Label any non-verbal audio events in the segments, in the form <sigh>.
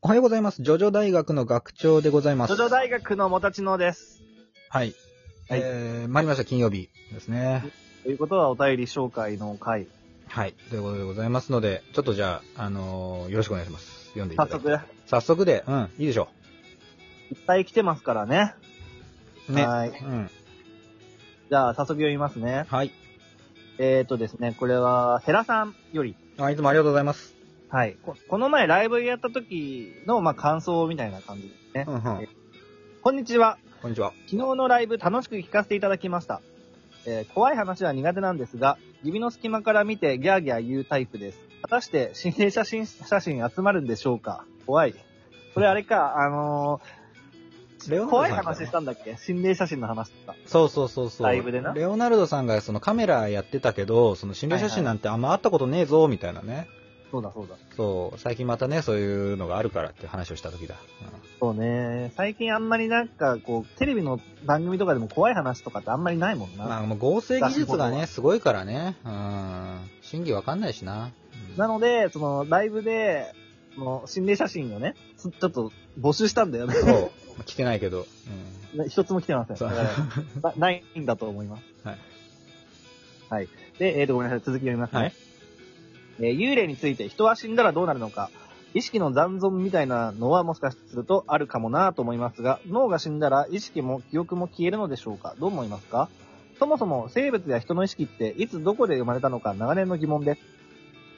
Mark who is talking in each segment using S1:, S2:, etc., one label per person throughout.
S1: おはようございます。ジョジョ大学の学長でございます。
S2: ジョジョ大学のもたちのです。
S1: はい。
S2: はい
S1: えー、参りました、金曜日ですね。
S2: ということはお便り紹介の回。
S1: はい。ということでございますので、ちょっとじゃあ、あのーよろしくお願いします。読んでいた
S2: 早
S1: だいて。
S2: 速、いっ
S1: 早速で、うん、いいでしょ
S2: ぱい来てますからね。
S1: う。ね。
S2: はーい。
S1: うん。
S2: じゃあ、早速読みますね。
S1: はい。
S2: えーとですね、これは、ヘラさんより。
S1: あ、いつもありがとうございます。
S2: はい。ここの前ライブやった時の、まあ、感想みたいな感じですね。
S1: うんうん
S2: え。こんにちは。
S1: こんにちは。
S2: 昨日のライブ楽しく聞かせていただきました。えー怖い話は苦手なんですが、指の隙間から見てギャーギャー言うタイプです。果たして心霊写真、写真集まるんでしょうか怖い。これあれか、あの
S1: レオナ
S2: ー
S1: ルド
S2: 怖い
S1: さん
S2: 話したんだっけ心霊写真の話とか。
S1: そうそうそうそう。
S2: ライブでな
S1: レオナルドさんがそのカメラやってたけど、その心霊写真なんてあんま会ったことねえぞ、みたいなね。
S2: そうだそうだ。
S1: そう、最近またね、そういうのがあるからって話をした時だ。
S2: そうね。最近あんまりなんかこう、テレビの番組とかでも怖い話とかってあんまりないもん
S1: う
S2: な。
S1: ん、まあ、もう合成技術が
S2: 出し物
S1: ね、
S2: は
S1: すごいからね。うん。真偽わかんないしな。
S2: なので、そのライブで、その心霊写真をね、つちょっと募集したんだよね。 <laughs>
S1: うん、そう。来てないけど。うん。
S2: 一つも来てません。
S1: そ
S2: だ
S1: う
S2: か。らなないんだと思います。
S1: はい。
S2: はい。で、えっ、と、ごめんなさい。続き読みます
S1: <laughs>
S2: ね。
S1: はい。 <laughs>
S2: えー幽霊について人は死んだらどうなるのか。意識の残存みたいなのはもしかするとあるかもなぁと思いますが、脳が死んだら意識も記憶も消えるのでしょうかどう思いますかそもそも生物や人の意識っていつどこで生まれたのか長年の疑問です。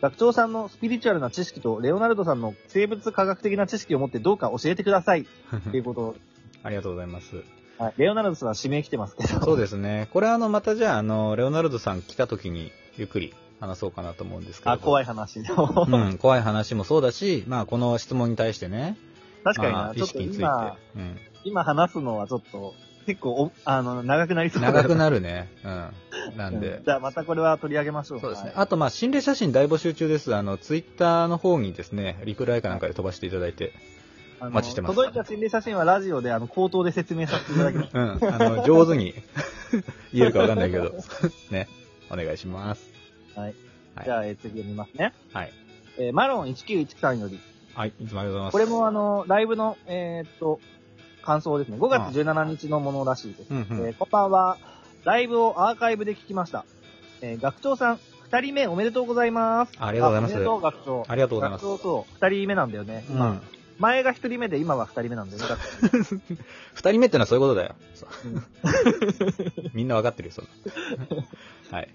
S2: 学長さんのスピリチュアルな知識とレオナルドさんの生物科学的な知識を持ってどうか教えてください。ということ、
S1: ありがとうございます。
S2: はい、レオナルドさんは指名来てますけど。
S1: そうですね。これあの、またじゃあ、あの、レオナルドさん来た時に、ゆっくり話そうかなと思うんですけど。
S2: あ、 <laughs> 怖
S1: い。
S2: い話。
S1: うん、怖い話もそうだし、まあ、この質問に対してね。
S2: 確かに
S1: ま
S2: な
S1: あ、意
S2: ちょっと
S1: 識について。
S2: 今、
S1: うん。
S2: 今話すのはちょっと、結構お、あの、長くなりそう
S1: 長く
S2: な
S1: なるね。うん。なんで。
S2: <laughs> じゃあまたこれは取り上げましょう。
S1: そうですね。
S2: はい
S1: あと、まあ、心霊写真大募集中です。あの、ツイッターの方にですね、リプライかなんかで飛ばしていただいて、
S2: あの
S1: お待ちしてます
S2: 届いた心霊写真はラジオで、あの、口頭で説明させていただきます。
S1: うん、あの、上手に <laughs> 言えるかわかんないけど、ね、お願いします。はい
S2: じゃあ、えー次読みますね。
S1: はい。
S2: えーマロン1913より、
S1: はい、いつもありがとうご
S2: こ
S1: ざ
S2: れ
S1: います。
S2: もあの、ライブの、えーっと、感想ですね。5月17日のものらしいです。
S1: うんうん
S2: えーこんばんは。ライブをアーカイブで聞きました。えー学長さん、2人目おめでとうございます。
S1: ありがとうございます
S2: おめでとう、学長。
S1: ありがとうございま
S2: 学
S1: す。
S2: 長と2人目なんだよね。
S1: う
S2: 今
S1: ん。
S2: 前が1人目で今は2人目なんだよね。学長
S1: 二人目ってのはそういうことだよ。そう
S2: <laughs>
S1: みんなわかってるよ、そんな。はい。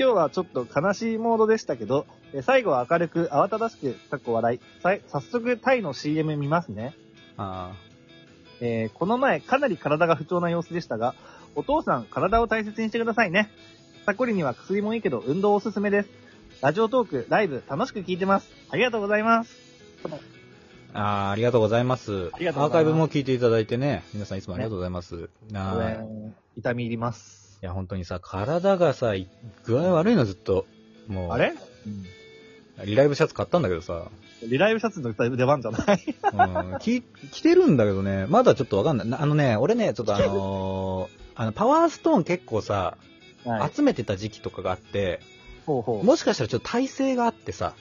S2: 今日はちょっと悲しいモードでしたけど、え最後は明るく慌ただしく、かっこ笑い。さい早速タイの CM 見ますね。
S1: あ
S2: えーこの前かなり体が不調な様子でしたが、お父さん体を大切にしてくださいね。サコリには薬もいいけど運動おすすめです。ラジオトーク、ライブ楽しく聞いてます。ありがとうございます。
S1: ーあー、ありがとうございます。
S2: ありがとう
S1: ア
S2: ございます
S1: ーカイブも聞いていただいてね、皆さんいつもありがとうございます。
S2: 応
S1: なあ
S2: 援痛み入ります。
S1: いや、本当にさ、体がさ、い具合悪いの、ずっと。もう。
S2: あれ、
S1: リライブシャツ買ったんだけどさ、
S2: リライブシャツの出番じゃない
S1: うん、き着てるんだけどね、まだちょっとわかんないな。あのね、俺ね、ちょっとあのー <laughs> あの、パワーストーン結構さ、
S2: <laughs> はい。
S1: 集めてた時期とかがあって、
S2: ほうほう。
S1: もしかしたらちょっと体勢があってさ、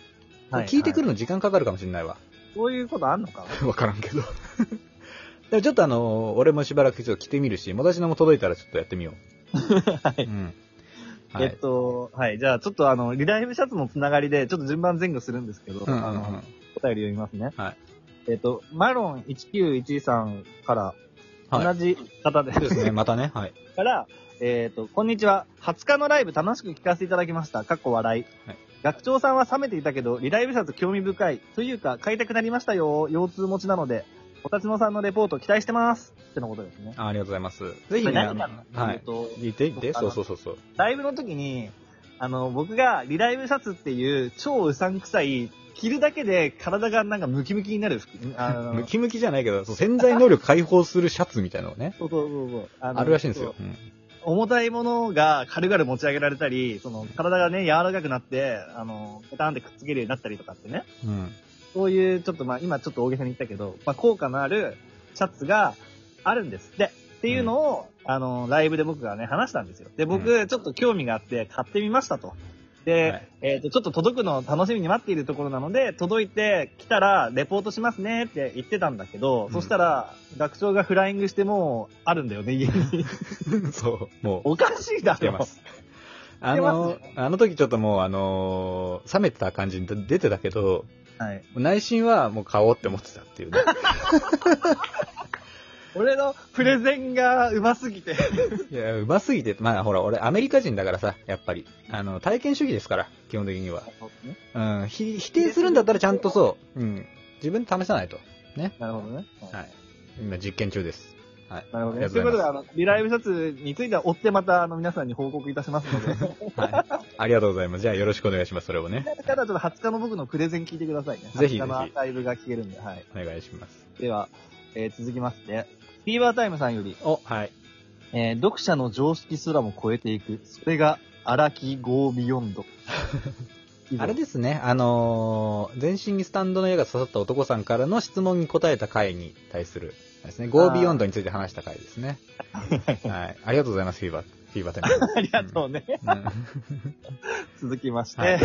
S2: は
S1: 聞いてく
S2: る。
S1: るの時間かかるかもしれないわ。
S2: そういうことあんのか
S1: わからんけど。 <laughs> でもちょっとあのー俺もしばらくちょっと着てみるし、もだしのも届いたらちょっとやってみよ
S2: <laughs> は
S1: う。
S2: い。
S1: うん。は
S2: えっ
S1: い。
S2: と、はい。じゃあ、ちょっとあの、リライブシャツのつながりで、ちょっと順番前後するんですけど、
S1: うんうん
S2: あ
S1: う
S2: の、お
S1: ん
S2: 便。り読みますね。
S1: はい。
S2: えっと、マロン1913さんから、
S1: はい。
S2: 同じ方で
S1: そうです
S2: す、
S1: ね、またね。はい。
S2: から、 <laughs> えっと、こんにちは。20日のライブ楽しく聞かせていただきました。かっこ笑い。
S1: はい
S2: 学長さんは冷めていたけど、リライブシャツ興味深い。というか、買いたくなりましたよ。腰痛持ちなので、おたちのさんのレポート期待してます。ってのことですね。
S1: あありがとうございます。ぜひね、
S2: これ
S1: あ
S2: 何
S1: の
S2: かって
S1: は
S2: いう
S1: い。
S2: と、
S1: 聞いて、で、そうそうそうそう。
S2: ライブの時に、あの、僕がリライブシャツっていう超うさんくさい、着るだけで体がなんかムキムキになる服。あの
S1: <laughs> ムキムキじゃないけど、そう潜在能力解放するシャツみたいなのがね、
S2: そうそうそうそう。あの
S1: あるらしいんですよ。。うん
S2: 重たいものが軽々持ち上げられたり、その体がね、柔らかくなって、あの、ペタンってくっつけるようになったりとかってね。
S1: うん。
S2: そういう、ちょっとまあ今ちょっと大げさに言ったけど、まあ効果のあるシャツがあるんですって。っていうのを、あの、ライブで僕がね、話したんですよ。で、僕、ちょっと興味があって買ってみましたと。で、
S1: はい <laughs>
S2: えっ、と、ちょっと届くのを楽しみに待っているところなので、届いてきたら、レポートしますねって言ってたんだけど、
S1: うん
S2: そしたら、学長がフライングしてもう、あるんだよね、家
S1: <laughs>
S2: に。
S1: そう、もう、
S2: おか <laughs> しいだろ。
S1: 来てます。あの、あの時ちょっともう、あのー冷めてた感じに出てたけど、
S2: はい。
S1: 内心はもう買おうって思ってたっていう
S2: <laughs>
S1: ね。
S2: 俺のプレゼンがうますぎて。
S1: いや、うますぎて、まあほら、俺アメリカ人だからさ、やっぱり。あの、体験主義ですから、基本的には。うん、ひ否定するんだったらちゃんとそう、うん、自分で試さないと。
S2: なるほどね。
S1: はい。今実験中です。はい。
S2: なるほど
S1: ありが
S2: ね。
S1: と
S2: という
S1: ご
S2: うこ
S1: ざい
S2: とで、
S1: ま
S2: あの、リライブシャツについては追ってまた、あの、皆さんに報告いたします
S1: <laughs>
S2: ので、
S1: す。はい。
S2: <laughs>
S1: ありがとうございます。じゃあよろしくお願いします、それをね。
S2: ただちょっと20日の僕のプレゼン聞いてくださいね。
S1: ぜひぜひ
S2: 20日のアーカイブが聞けるんで、はい。
S1: お願いします。
S2: では、えー続きまして、フィーバータイムさんより、
S1: お、はい。
S2: えー読者の常識すらも超えていく。それが、荒木
S1: <laughs>
S2: Go Beyond。
S1: あれですね、あのー全身にスタンドの矢が刺さった男さんからの質問に答えた回に対する、あれですね、Go
S2: あー
S1: Beyond について話した回ですね。はい。ありがとうございます、フィーバー、フィーバーテン <laughs>
S2: ありがとうね。続きまして、
S1: はい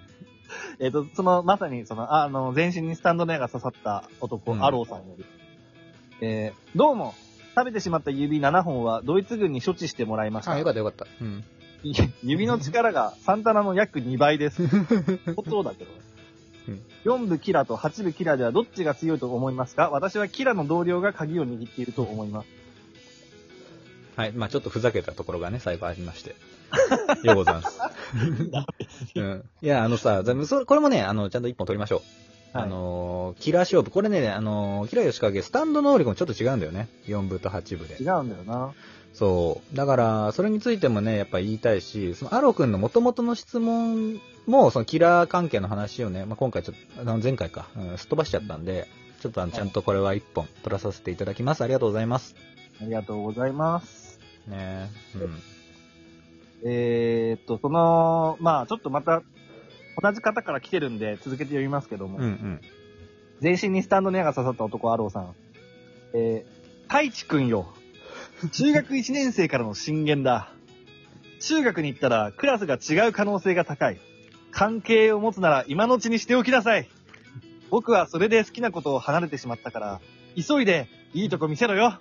S2: <laughs> えっと、その、まさに、その、あの、全身にスタンドの矢が刺さった男、
S1: うん
S2: アローさんより、えーどうも、食べてしまった指7本はドイツ軍に処置してもらいました。
S1: あ、よかったよかった。うん。
S2: <laughs> 指の力がサンタナの約2
S1: <laughs>
S2: 倍です。本当だけどね
S1: うん。
S2: 4部キラと8部キラではどっちが強いと思いますか私はキラの同僚が鍵を握っていると思います。
S1: はい。まあちょっとふざけたところがね、最後ありまして。ようございます。うん。いや、あのさ、でもそれこれもね、あの、ちゃんと一本取りましょう。あのーキラー勝負。これね、あのーキラー吉影、スタンド能力もちょっと違うんだよね。4部と8部で
S2: 違。うんだよな。
S1: そう。だから、それについてもね、やっぱ言いたいし、そのアロ君の元々の質問も、そのキラー関係の話をね、まあ、今回ちょっと、あの前回か、うん、すっ飛ばしちゃったんで、ちょっとあの、
S2: はい
S1: ちゃんとこれは一本取らさせていただきます。ありがとうございます。
S2: ありがとうございます。
S1: ねうん。
S2: えーっと、その、まあちょっとまた、同じ方から来てるんで続けて読みますけども、
S1: うんうん。
S2: 全身にスタンドの矢が刺さった男、アローさん。えー、太一くんよ。中学1年生からの進言だ。中学に行ったらクラスが違う可能性が高い。関係を持つなら今のうちにしておきなさい。僕はそれで好きなことを離れてしまったから、急いでいいとこ見せろよ。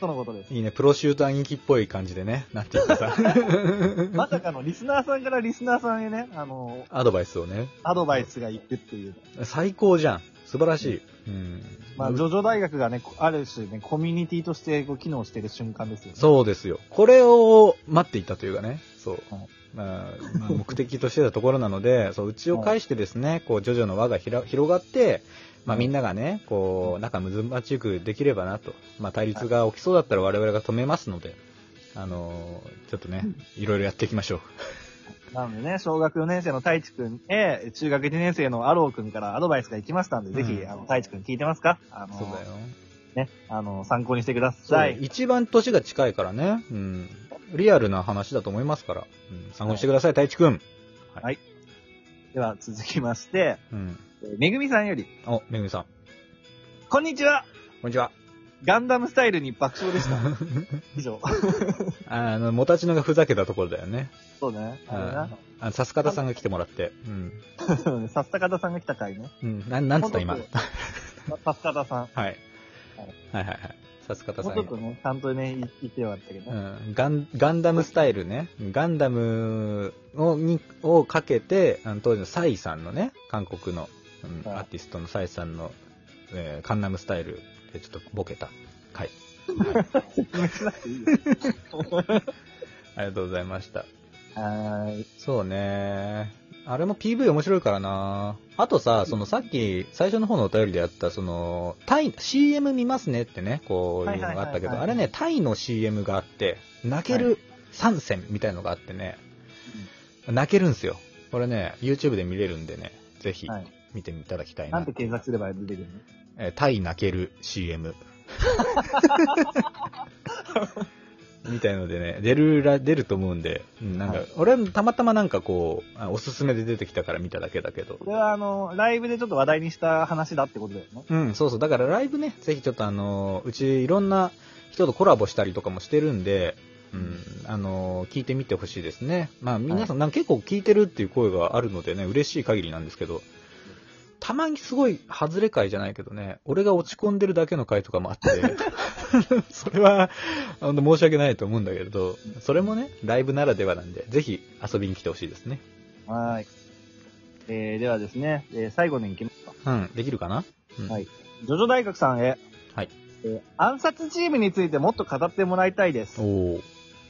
S2: とのことです。
S1: いいね、プロシューター人気っぽい感じでね、なっていってさ、
S2: <laughs> まさかのリスナーさんからリスナーさんへね、あの、
S1: アドバイスをね。
S2: アドバイスがいくっていう。
S1: 最高じゃん。素晴らしい。うん。
S2: まあ、ジョジョ大学がね、こある種ね、コミュニティとしてこう機能してる瞬間ですよね。
S1: そうですよ。これを待っていたというかね、そう
S2: はい。
S1: まあ、
S2: <laughs>
S1: まあ目的としてたところなので、そう、うちを介してですね、こう、ジョジョの輪がひら広がって、まあ、みんながね、こう、仲むずまじくできればなと。まあ、対立が起きそうだったら我々が止めますので、あのーちょっとね、いろいろやっていきましょう。
S2: なのでね、小学4年生の太一くんへ、中学1年生のアローくんからアドバイスが行きましたんで、ぜひ、
S1: うん
S2: あの、太一くん聞いてますかあの、
S1: そうだよ。
S2: ね、あの、参考にしてくだ
S1: そう
S2: さい。
S1: 一番年が近いからね、うん。リアルな話だと思いますから、うん、参考にしてください、太一くん。
S2: では、続きまして、
S1: うん。
S2: えーめぐみさんより、
S1: お、めぐみさん。
S2: こんにちは
S1: こんにちは。
S2: ガンダムスタイルに爆笑
S1: <laughs>
S2: でした。以上。
S1: あの、もたちのがふざけたところだよね。
S2: そうね。あ
S1: あの、さすかたさんが来てもらって。うん。
S2: れな。さすたかたさんが来た回ね。
S1: うん。なん、なんつった今。
S2: も
S1: は
S2: う
S1: い。
S2: さすたかたさ
S1: は
S2: ん。
S1: いはいはい。さすかた
S2: も
S1: さ
S2: うんちょっとね、ちゃんとね、い言って <laughs> よか
S1: <laughs>
S2: ったけど
S1: う
S2: ね。
S1: ん。ガン、ガンダムスタイルね。ガンダムを、に、をかけて、あの当時のサイさんのね、韓国の、うん、
S2: はい
S1: アーティストのサイさんの、えー、ガンダムスタイルでちょっとボケた回。はい。
S2: 説明しなくていいよ。
S1: ありがとうございました。
S2: はーい。
S1: そうね。あれも PV 面白いからな。あとさ、そのさっき最初の方のお便りでやった、その、タイ、CM 見ますねってね、こういうのがあったけ
S2: はいはいはいは
S1: ど、
S2: い
S1: あれね、タイの CM があって、泣ける参戦みたいのがあってね、泣けるんすよ。これね、YouTube で見れるんでね、ぜひ
S2: はい
S1: 見ていただきたいな。
S2: なんて検索すれば出てくるの
S1: えータイ泣ける
S2: <laughs>
S1: CM。みたいのでね、出るら、出ると思うんで、うん、なんか、
S2: はい
S1: 俺はたまたまなんかこう、あおすすめで出てきたから見ただけだけど
S2: こ。れはあの、ライブでちょっと話題にした話だってことだよね。
S1: うん、そうそう。だからライブね、ぜひちょっとあのーうちいろんな人とコラボしたりとかもしてるんで、うん、あの、聞いてみてほしいですね。まあ、皆さん、なんか結構聞いてるっていう声があるのでね、嬉しい限りなんですけど、たまにすごい外れ回じゃないけどね、俺が落ち込んでるだけの回とかもあって、
S2: <laughs>
S1: それは、あの、申し訳ないと思うんだけれど、それもね、ライブならではなんで、ぜひ遊びに来てほしいですね。
S2: はーい。えー、ではですね、えー最後に行きますか。
S1: うん、できるかな、うん
S2: はいジョジョ大学さんへ。
S1: はい。
S2: えー暗殺チームについてもっと語ってもらいたいです。
S1: おー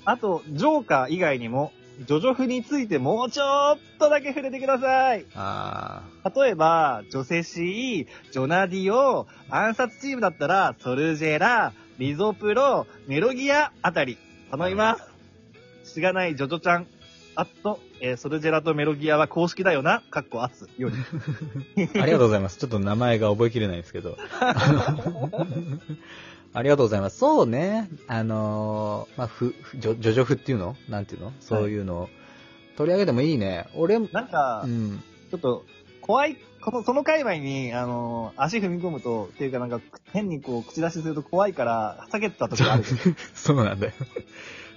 S2: あと、ジョーカー以外にも、ジョジョフについてもうちょっとだけ触れてください。
S1: あ
S2: 例えば、ジョセシー、ジョナディオ、暗殺チームだったら、ソルジェラ、リゾプロ、メロギアあたり、頼みます。しがないジョジョちゃん。あと、えーソルジェラとメロギアは公式だよな、かっこ圧より。
S1: ーありがとうございます。ちょっと名前が覚えきれないですけど。 <laughs> あのありがとうございます。そうね。あのーまあ、ふ、ふジョジョジョフっていうのなんていうのそういうのを取り上げてもいいね。俺、う
S2: なんか、
S1: ん。
S2: ちょっと、怖い、この、その界隈に、あのー足踏み込むと、っていうかなんか、変にこう、口出しすると怖いから、避けてたとこある。 <laughs>
S1: そうなんだよ。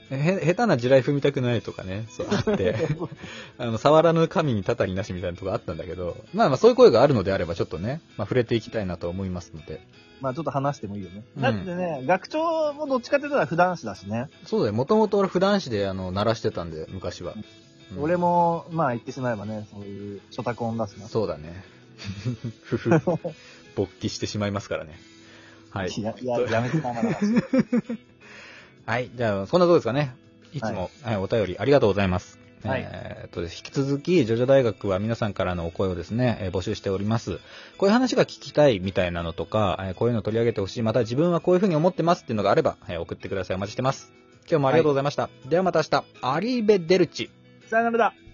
S1: へ、下手な地雷踏みたくないとかね、そうあって、あの、触らぬ神にたたりなしみたいなとこあったんだけど、まあまあそういう声があるのであればちょっとね、まあ触れていきたいなと思いますので。
S2: まあちょっと話してもいいよね。
S1: うん
S2: だってね、学長もどっちかって言ったら普段子だしね。
S1: そうだよ、もともと俺普段子であの、鳴らしてたんで、昔は。うん
S2: 俺も、まあ言ってしまえばね、そういう、ショタコンだしな。
S1: そうだ <laughs> ね。ふふ。勃起してしまいますからね。はい。
S2: <laughs> や、いや、やめてたまだ。
S1: はい。じゃあ、そんなとこですかね。いつも、はい、お便りありがとうございます。
S2: はい
S1: えーっと、引き続き、ジョジョ大学は皆さんからのお声をですね、えー募集しております。こういう話が聞きたいみたいなのとか、えーこういうの取り上げてほしい、また自分はこういうふうに思ってますっていうのがあれば、えー送ってください。お待ちしてます。今日もありがとうございました。ではまた明日、アリーベデルチ。
S2: さよならだ。